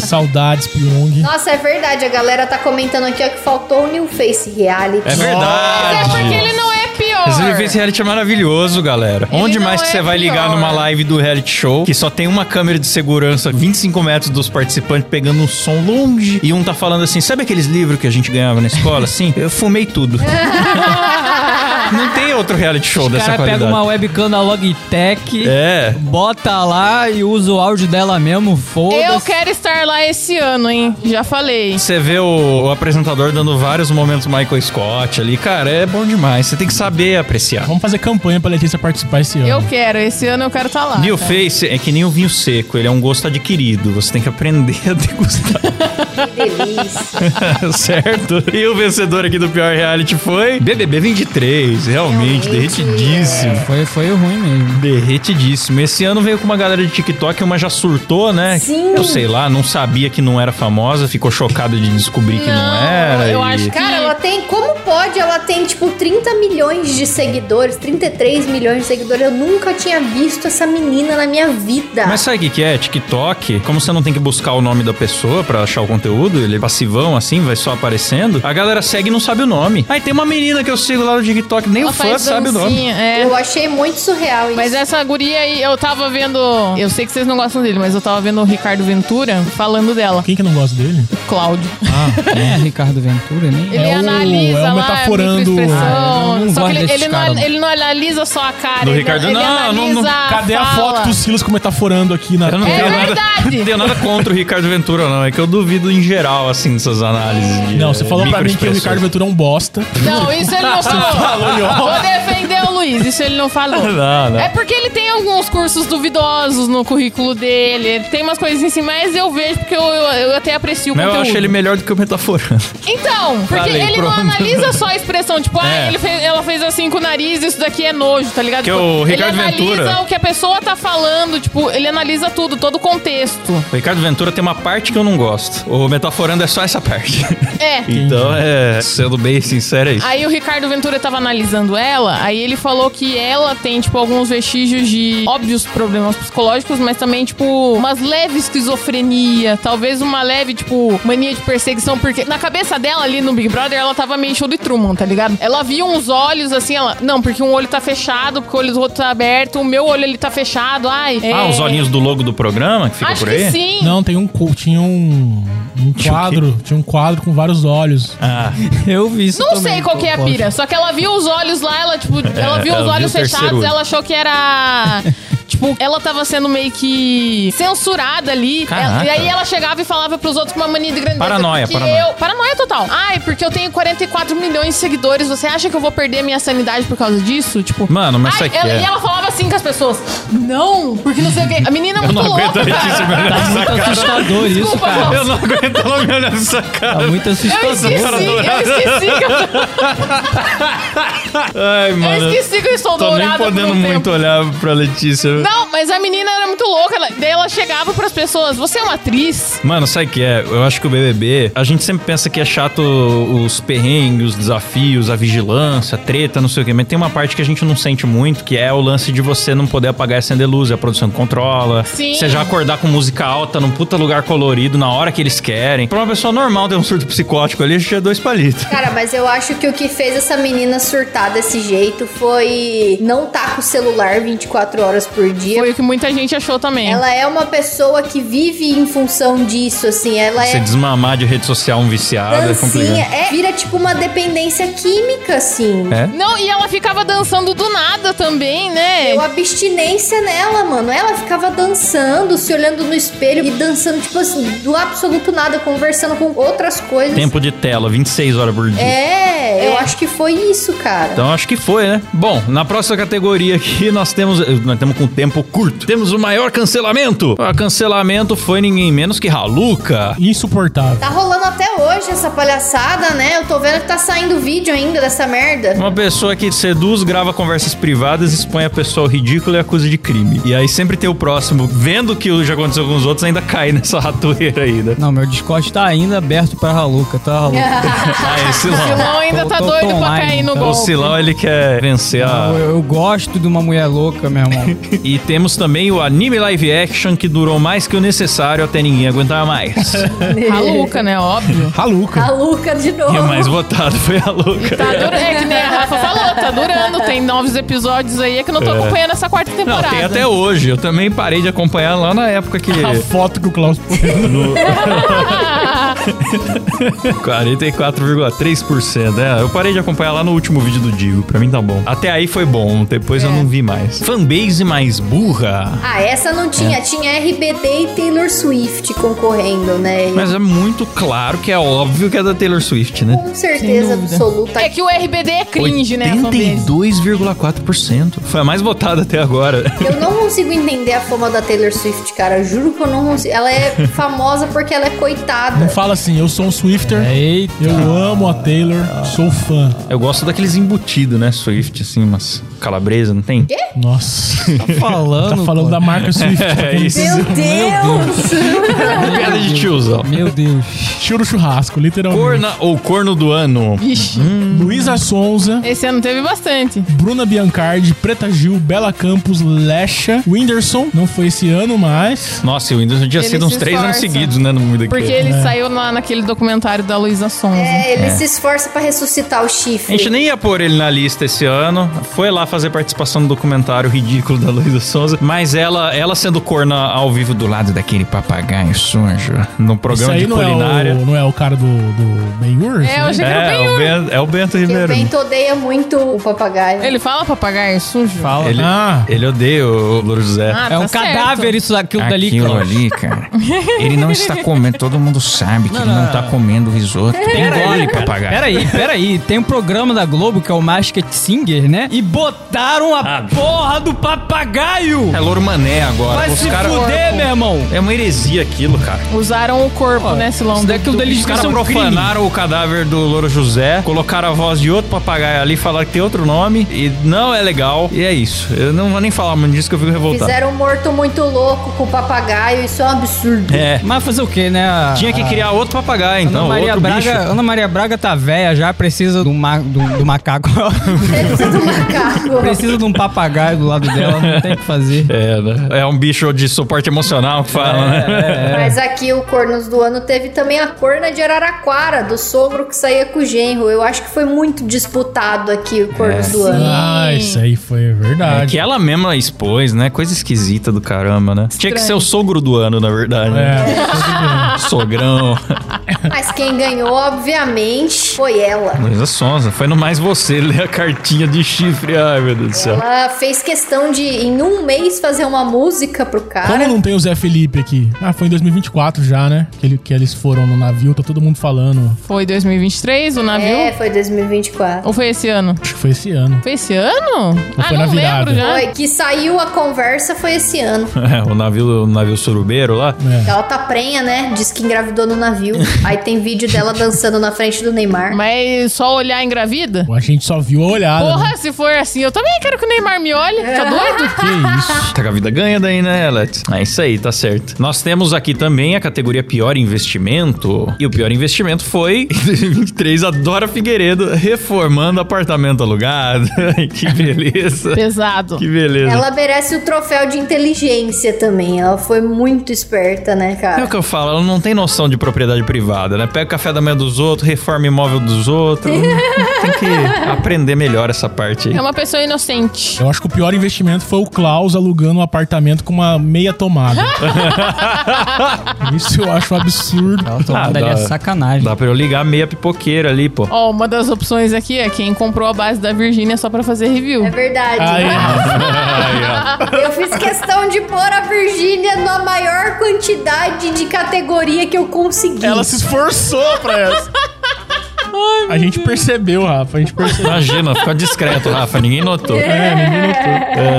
saudades, Pyong.
Nossa, é verdade, a galera tá comentando aqui ó, que faltou o New Face Reality.
É
Mas
verdade.
é porque ele não é pior.
Esse Face reality é maravilhoso, galera.
Ele
Onde
não
mais que
é
você vai ligar
pior.
numa live do reality show que só tem uma câmera de segurança 25 metros dos participantes pegando um som longe e um tá falando assim, sabe aqueles livros que a gente ganhava na escola? Assim, eu fumei tudo. não tem outro reality show
O
dessa
cara
qualidade.
pega uma webcam da Logitech,
É.
bota lá e usa o áudio dela mesmo,
Eu
foda-se.
quero estar lá esse ano, hein? Já falei.
Você vê o, o apresentador dando vários momentos Michael Scott ali. Cara, é bom demais. Você tem que saber apreciar.
Vamos fazer campanha pra Letícia participar esse ano.
Eu quero, esse ano eu quero estar lá. né?
New
cara.
Face é que nem o vinho seco, ele é um gosto adquirido. Você tem que aprender a degustar.
Que delícia.
certo? E o vencedor aqui do pior reality foi BBB 23, realmente,
Realmente,
derretidíssimo.
é.
Foi, foi ruim mesmo.
Derretidíssimo. Esse ano veio com uma galera de TikTok, uma já surtou, né?
Sim.
Eu sei lá, não sabia que não era famosa, ficou chocada de descobrir que não
Não,
era.
eu
e-
acho que- tá.
Cara, ela tem. Como pode? Ela tem, tipo, 30 milhões de seguidores, 33 milhões de seguidores. Eu nunca tinha visto essa menina na minha vida.
Mas sabe o que, que é? TikTok, como você não tem que buscar o nome da pessoa pra achar o conteúdo, ele é passivão assim, vai só aparecendo, a galera segue e não sabe o nome. Aí tem uma menina que eu sigo lá no TikTok, nem
Ela
o fã
faz
sabe o nome.
dancinha, É.
Eu achei muito surreal isso.
Mas essa guria aí, eu tava vendo. Eu sei que vocês não gostam dele, mas eu tava vendo o Ricardo Ventura falando dela.
Quem que não gosta dele?
Cláudio.
Quem é Ricardo Ventura, nem?
Ele
É o-
analisa
é o
lá,
metaforando.
microexpressão,
Ah, eu não
só
gosto
que ele,
desses
ele, não,
caras, não.
ele não analisa só a cara.
Do
ele,
Ricardo,
ele
não, não, não.
analisa a
Cadê a
Ah, fala.
foto do Silas com metaforando aqui na
Eu não
É
tenho nada,
verdade.
não tenho nada contra o Ricardo Ventura, não. É que eu duvido em geral, assim, dessas análises. de,
Não, você
eh,
falou pra mim que o
microexpressões.
Ricardo Ventura é um bosta.
Não, isso ele não falou. Vou defender o Luiz, isso ele não falou.
Não, não.
É porque ele tem alguns cursos duvidosos no currículo dele, ele tem umas coisas assim, mas eu vejo porque eu, eu- eu até aprecio o
Mas eu
conteúdo.
acho ele melhor do que o Metaforando.
Então, porque
Falei,
ele
pronto.
não analisa só a expressão, tipo,
É.
ah, ele fez- ela fez assim com o nariz, isso daqui é nojo, tá ligado?
Que
Tipo,
o Ricardo
ele analisa
Ventura-
o que a pessoa tá falando, tipo, ele analisa tudo, todo o contexto.
O Ricardo Ventura tem uma parte que eu não gosto. O Metaforando é só essa parte.
É.
então, é, sendo bem sincero, é isso.
Aí o Ricardo Ventura tava analisando ela, aí ele falou que ela tem, tipo, alguns vestígios de óbvios problemas psicológicos, mas também, tipo, umas leves esquizofrenia, talvez uma leve, tipo, mania de perseguição, porque na cabeça dela ali no Big Brother, ela tava meio show de Truman, tá ligado? Ela via uns olhos assim, ela, não, porque um olho tá fechado, porque o olho do outro tá aberto, o meu olho ele tá fechado, ai. é-
Ah, os olhinhos do logo do programa que fica
Acho
por aí?
que sim.
Não, tem um, cu- tinha um,
Tinha
um
o quê?
quadro, tinha um quadro com vários olhos.
Ah,
Eu vi isso
Não
também,
sei qual que é a
pô,
pira, só que ela viu os olhos lá, ela, tipo, ela
É,
viu
ela
os
viu
olhos
o terceiro
fechados,
olho.
ela achou que era. Tipo, ela tava sendo meio que censurada ali.
Caraca.
Ela- e aí ela chegava e falava pros outros com uma mania de grandeza.
Paranoia,
porque
paranoia.
Eu, paranoia total. Ai, porque eu tenho 44 milhões de seguidores, você acha que eu vou perder minha sanidade por causa disso? Tipo.
Mano, mas
ai,
sabe o que
ela-
é?
E ela falava assim com as pessoas: Não, porque não sei o quê. A menina é
eu
muito
não aguento
louca.
a Letícia me olhar
Tá
nessa
muito
cara.
assustador isso,
Desculpa,
cara.
Eu não aguento ela me olhar nessa
Tá
cara.
muito
Eu
assustador.
esqueci, eu esqueci, que eu-
Ai,
eu,
mano.
esqueci que eu estou
Tô nem
dourada por um
podendo
tempo.
muito olhar pra Letícia.
Não, mas a menina era muito louca. Ela, daí ela chegava pras pessoas: Você é uma atriz?
Mano, sabe o que é? Eu acho que o BBB, a gente sempre pensa que é chato os perrengues, os desafios, a vigilância, a treta, não sei o quê, mas tem uma parte que a gente não sente muito, que é o lance de você não poder apagar e acender luz, a produção que controla.
Sim.
Você já acordar com música alta num puta lugar colorido na hora que eles querem. Pra uma pessoa normal ter um surto psicótico ali, a gente é dois palitos.
Cara, mas eu acho que o que fez tá essa menina surtar desse jeito foi não estar com o celular 24 horas por por dia.
Foi o que muita gente achou também.
Ela é uma pessoa que vive em função disso, assim. Ela
Você
é
desmamar de rede social um viciado é
dancinha,
complicado.
é, vira tipo uma dependência química, assim.
É?
Não, e ela ficava dançando do nada também, né?
Deu abstinência nela, mano. Ela ficava dançando, se olhando no espelho e dançando, tipo assim, do absoluto nada, conversando com outras coisas.
Tempo de tela, 26 horas por dia.
É, eu acho que foi isso, cara.
Então acho que foi, né? Bom, na próxima categoria aqui nós temos. Nós temos com tempo curto. Temos o maior cancelamento. O cancelamento foi ninguém menos que Haluca.
Insuportável.
Tá rolando até hoje essa palhaçada, né? Eu tô vendo que tá saindo vídeo ainda dessa merda.
Uma pessoa que seduz, grava conversas privadas, expõe a pessoa ao ridículo e acusa de crime. E aí sempre tem o próximo, vendo que já aconteceu com os outros, ainda cai nessa ratoeira aí, né?
Não, meu Discord tá ainda aberto pra Haluca, tá,
É.
Haluca?
Ah, esse
O
lá.
Silão ainda
Tô-
tá
tô
doido pra
online,
cair no
então.
O
golpe.
Silão, ele quer vencer a,
Ah. Eu, eu gosto de uma mulher louca, meu irmão.
E temos também o anime live action que durou mais que o necessário até ninguém aguentar mais.
Maluca, né? Óbvio.
A
Haluca.
Luca de novo.
e a mais votada foi a Luca.
Tá durando, é que nem a Rafa falou, tá durando. Tem novos episódios aí, é que eu não tô acompanhando essa quarta
Não,
temporada.
tem até hoje. Eu também parei de acompanhar lá na época que.
Tá.
A foto que o Klaus pôs.
44,3%. É, eu parei de acompanhar lá no último vídeo do Digo. Pra mim tá bom. Até aí foi bom, depois
É.
eu não vi mais. Fanbase mais burra.
Ah, essa não
É.
tinha. Tinha RBD e Taylor Swift concorrendo, né?
Mas é muito claro que é óbvio que é da Taylor Swift, né?
Com certeza
dúvida.
absoluta.
É que o RBD é cringe, né? a fanbase.
82,4%. Foi a mais votada até agora.
Eu não consigo entender a fama da Taylor Swift, cara. Eu juro que eu não consigo. Ela é famosa porque ela é
Não
coitada.
fala assim, eu sou um Swifter.
Eita.
Eu amo a Taylor, sou fã.
Eu gosto daqueles embutidos, né? Swift, assim, umas calabresa, não tem?
Nossa.
Tá falando.
Tá falando
pô.
da marca Swift. pra quem
É isso.
Meu Deus!
Piada de tiozão.
Meu Deus.
Tira o churrasco, literalmente.
Corna ou corno do ano?
Ixi,
Luísa Sonza,
esse ano teve bastante.
Bruna Biancardi, Preta Gil, Bela Campos, Lesha, Whindersson. Não foi esse ano, mas.
Nossa, e o Windows tinha
Ele
sido uns
se
três anos
esforça.
seguidos, né? No mundo aqui.
Porque ele saiu lá naquele documentário da Luísa Sonza.
É, ele se esforça pra ressuscitar o chifre.
A gente nem ia pôr ele na lista esse ano. Foi lá fazer participação no documentário ridículo da Luísa Sonza. Mas ela, ela sendo corna ao vivo do lado daquele papagaio sujo, no
Isso
programa
aí
de
não é,
culinária.
o, não é o cara do, do Ben-Hur?
É, eu achei que era bem.
o Bento, é o Bento
Porque o
Ribeiro.
Bento odeia muito o papagaio.
Ele fala papagaio sujo?
Fala.
Ele,
Ah.
ele odeia o Louro José.
Ah,
É um
tá certo.
cadáver isso, aquilo, dali,
Aquilo
cara.
ali, cara. Ele não está comendo, todo mundo sabe que ele não está comendo risoto. Tem gole, papagaio.
Peraí, peraí. Tem um programa da Globo que é o Masked Singer, né? E botaram a
Ah.
porra do papagaio!
É louro mané agora.
Vai
Os
se
cara-
fuder, meu irmão!
É uma heresia aquilo, cara.
Usaram o corpo, né, Silão?
Isso daquilo deles
Os caras
são crime.
profanaram o cadáver do Louro José, colocaram a voz de outro papagaio ali, falaram que tem outro nome, e não é legal. E é isso. Eu não vou nem falar muito disso que eu fico revoltado.
Fizeram um morto muito louco com o papagaio, isso é um absurdo.
É.
Mas fazer o quê, né? A-
Tinha que criar outro papagaio,
Ana
então.
Maria
outro
Braga,
bicho.
Ana Maria Braga tá velha já, precisa do, ma- do- do macaco.
Precisa do macaco.
precisa de um papagaio do lado dela, não tem o que fazer.
É, né? É um bicho de suporte emocional que
É,
fala, né?
É.
Mas aqui o Cornos do Ano teve também a corna de Araraquara, do sogro que saía com o genro. Eu acho que foi muito disputado aqui o Cornos do Ano.
Ah, isso aí foi
É
verdade.
que ela mesma expôs, né? Coisa esquisita do caramba, né? Tinha que ser o sogro do ano, na verdade. né?
É.
Sogrão.
Mas quem ganhou, obviamente, foi ela.
Luísa Sonza, foi no mais você ler a cartinha de chifre. Ai, meu Deus do céu.
Ela fez questão de, em um mês, fazer uma música pro
Como
cara.
não tem o Zé Felipe aqui? Ah, foi em 2024 já, né? Que, ele- que eles foram no navio, tá todo mundo falando.
Foi 2023 o navio?
É, foi 2024.
Ou foi esse ano?
Acho que foi esse ano.
Foi esse ano? ah,
foi na
não
virada?
lembro já.
Foi, que saiu a conversa foi esse ano.
É, o navio, o navio surubeiro lá.
É.
Ela tá prenha, né? Diz que engravidou no navio. Aí tem vídeo dela dançando na frente do Neymar.
Mas só olhar engravida?
A gente só viu a olhada. né?
Porra, se for assim, eu também quero que o Neymar me olhe. Tá doido?
Que isso?
Tá com a vida ganha daí, né, Let? É isso aí, tá certo. Nós temos aqui também a categoria pior investimento. E o pior investimento foi, em 2023, a Dora Figueiredo reformando apartamento alugado. que beleza.
Pesado.
Que beleza.
Ela merece o troféu de inteligência também. Ela foi muito esperta, né,
É o
cara?
que eu falo, ela não tem noção de propriedade privada, né? pega o café da manhã dos outros, reforma imóvel dos outros. Tem que aprender melhor essa parte aí.
É uma pessoa inocente.
Eu acho que o pior investimento foi o Klaus alugando um apartamento com uma meia tomada. Isso eu acho um absurdo.
Aquela tomada
Ah,
ali é
dá-
sacanagem.
Dá pra eu ligar meia pipoqueira ali, pô.
Ó, uma das opções aqui é quem comprou a base da Virgínia só pra fazer
É
review.
verdade.
Aí,
Eu fiz questão de pôr a Virgínia na maior quantidade de categoria que eu consegui.
ela se esforçou pra essa. A gente percebeu, Rafa. A gente percebeu.
Imagina, fica discreto, Rafa, ninguém notou.
É, ninguém notou.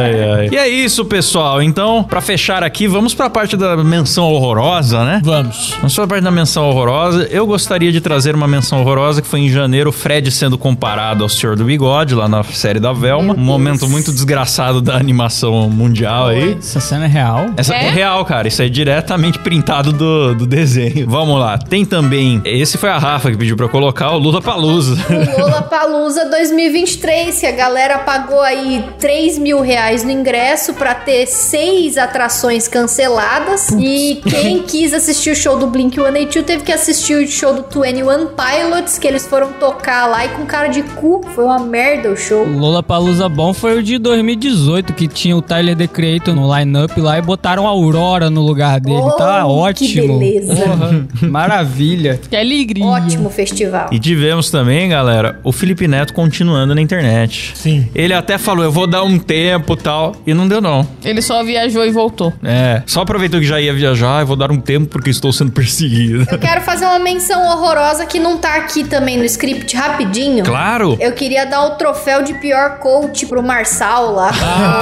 Ai, ai. E é isso, pessoal. Então, pra fechar aqui, vamos pra parte da menção horrorosa, né?
Vamos.
Vamos pra parte da menção horrorosa. Eu gostaria de trazer uma menção horrorosa que foi em janeiro, o Fred sendo comparado ao Senhor do Bigode, lá na série da Velma. Um momento muito desgraçado da animação mundial aí.
Essa cena é real?
Essa é?
É?
real, cara. Isso é diretamente printado do, do desenho. Vamos lá. Tem também. Esse foi a Rafa que pediu pra eu colocar o Lula Palusa.
O Lola Palusa 2023, que a galera pagou aí 3 mil reais no ingresso pra ter seis atrações canceladas. E quem quis assistir o show do Blink 182 teve que assistir o show do 21 Pilots, que eles foram tocar lá e com cara de cu. Foi uma merda o show.
Lola Palusa bom foi o de 2018, que tinha o Tyler The Creator no line-up lá e botaram a Aurora no lugar dele. tá
Oh, que
ótimo.
beleza.
Porra, maravilha.
Que é alegria.
Ótimo festival.
E tivemos também, galera, o Felipe Neto continuando na internet.
Sim.
Ele até falou, eu vou dar um tempo e tal. E não deu, não.
Ele só viajou e voltou.
É. Só aproveitou que já ia viajar, eu vou dar um tempo porque estou sendo perseguido.
Eu quero fazer uma menção horrorosa que não tá aqui também no script rapidinho.
Claro!
Eu queria dar o troféu de pior coach pro Marçal lá.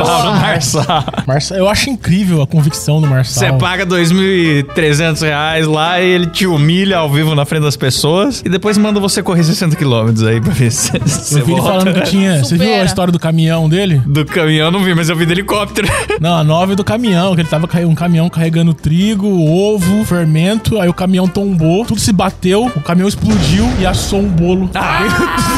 Paulo Marçal.
Marça, eu acho incrível a convicção do
Você
Marçal.
paga 2.300 reais lá e ele te humilha ao vivo na frente das pessoas e depois manda você correr 60 quilômetros aí pra ver se você
Eu vi ele
volta.
falando que tinha. Você viu
Supera.
a história do caminhão dele?
Do caminhão eu não vi, mas eu vi do helicóptero.
Não, a nove do caminhão, que ele tava carregando um caminhão carregando trigo, ovo, fermento, aí o caminhão tombou, tudo se bateu, o caminhão explodiu e assou um bolo.
Ah!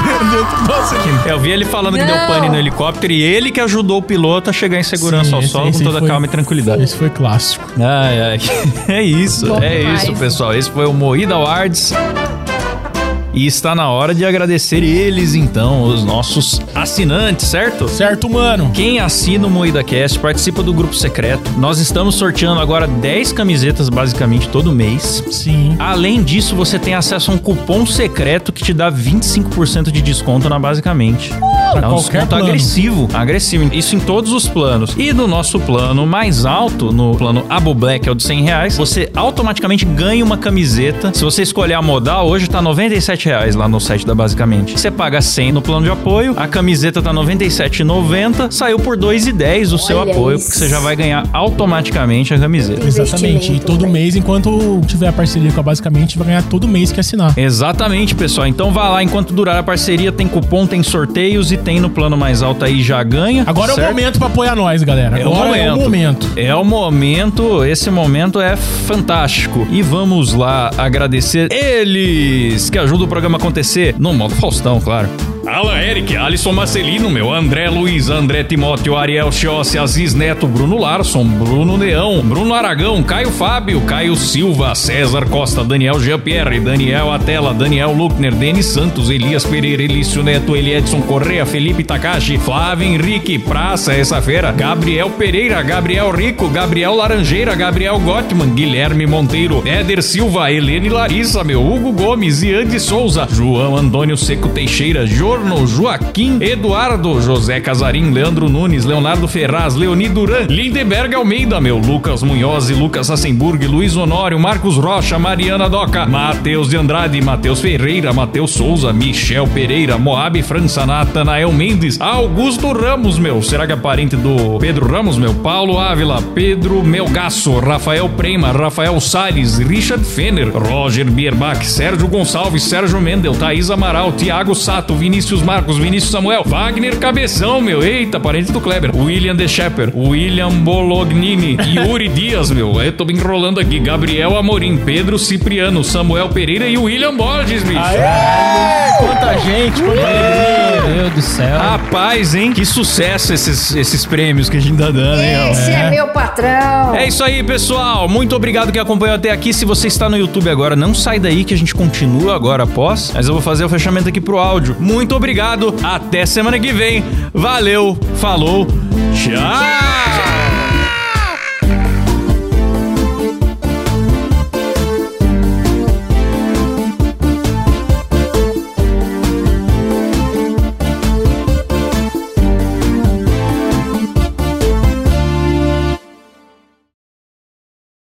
Nossa, que
Eu vi ele falando que deu
Não.
pane no helicóptero e ele que ajudou o piloto a chegar em segurança
Sim,
ao
esse-
solo
esse
com toda
foi-
calma e tranquilidade.
Esse foi clássico.
Ai, ai. É isso,
Bom
é
demais.
isso, pessoal. Esse foi o Moída Awards. E está na hora de agradecer eles, então, os nossos assinantes, certo?
Certo, mano?
Quem assina o Moída Cast participa do grupo secreto. Nós estamos sorteando agora 10 camisetas basicamente todo mês.
Sim.
Além disso, você tem acesso a um cupom secreto que te dá 25% de desconto na basicamente.
pra
é um
qualquer
desconto
plano.
agressivo, agressivo. Isso em todos os planos. E no nosso plano mais alto, no plano Abo Black, é o de 100 reais, você automaticamente ganha uma camiseta. Se você escolher a modal, hoje tá 97 reais lá no site da Basicamente. Você paga 100 no plano de apoio, a camiseta tá 97,90, saiu por 2,10 o seu
Olha
apoio,
isso.
porque você já vai ganhar automaticamente a camiseta.
Exatamente. E todo
né?
mês, enquanto tiver a parceria com a Basicamente, vai ganhar todo mês que assinar.
Exatamente, pessoal. Então vá lá, enquanto durar a parceria, tem cupom, tem sorteios e tem no plano mais alto aí já ganha.
Agora é o
certo?
momento pra apoiar nós, galera.
É o
Agora é o
momento.
momento.
É o momento, esse momento é fantástico. E vamos lá agradecer eles que ajudam o programa a acontecer, no modo Faustão, claro. Alan Eric, Alisson Marcelino, meu André Luiz, André Timóteo, Ariel Chiossi, Aziz Neto, Bruno Larson, Bruno Neão, Bruno Aragão, Caio Fábio, Caio Silva, César Costa, Daniel Jean-Pierre, Daniel Atela, Daniel Luckner, Denis Santos, Elias Pereira, Elício Neto, Eli Edson Correa, Felipe Takashi, Flávio Henrique, Praça, essa fera, Gabriel Pereira, Gabriel Rico, Gabriel Laranjeira, Gabriel Gottman, Guilherme Monteiro, Éder Silva, Helene Larissa, meu Hugo Gomes, Ian de Souza, João Antônio Seco Teixeira, Jorno, Joaquim, Eduardo, José Casarim, Leandro Nunes, Leonardo Ferraz, Leoni Duran, Lindeberg Almeida, meu Lucas Munhoz, e Lucas Assemburg, Luiz Honório, Marcos Rocha, Mariana Doca, Matheus de Andrade, Matheus Ferreira, Matheus Souza, Michel Pereira, Moab França, Natanael Mendes, Augusto Ramos, meu, será que é parente do Pedro Ramos, meu? Paulo Ávila, Pedro Melgaço, Rafael Prema, Rafael Salles, Richard Fener, Roger Bierbach, Sérgio Gonçalves, Sérgio Mendel, Thaís Amaral, Thiago Sato, Vinícius Marcos, Vinícius Samuel, Wagner Cabeção, meu, eita, parente do Kleber, William De Shepper, William Bolognini, Yuri Dias, meu, eu tô me enrolando aqui, Gabriel Amorim, Pedro Cipriano, Samuel Pereira e William Borges, bicho.
Quanta Quanta gente, quanta alegria.
Meu Deus do céu.
Rapaz, hein? Que sucesso esses, esses prêmios que a gente tá dando, hein? Al?
Esse é. meu patrão.
É isso aí, pessoal. Muito obrigado que acompanhou até aqui. Se você está no YouTube agora, não sai daí que a gente continua agora após. Mas eu vou fazer o fechamento aqui pro áudio. Muito obrigado. Até semana que vem. Valeu. Falou. Tchau.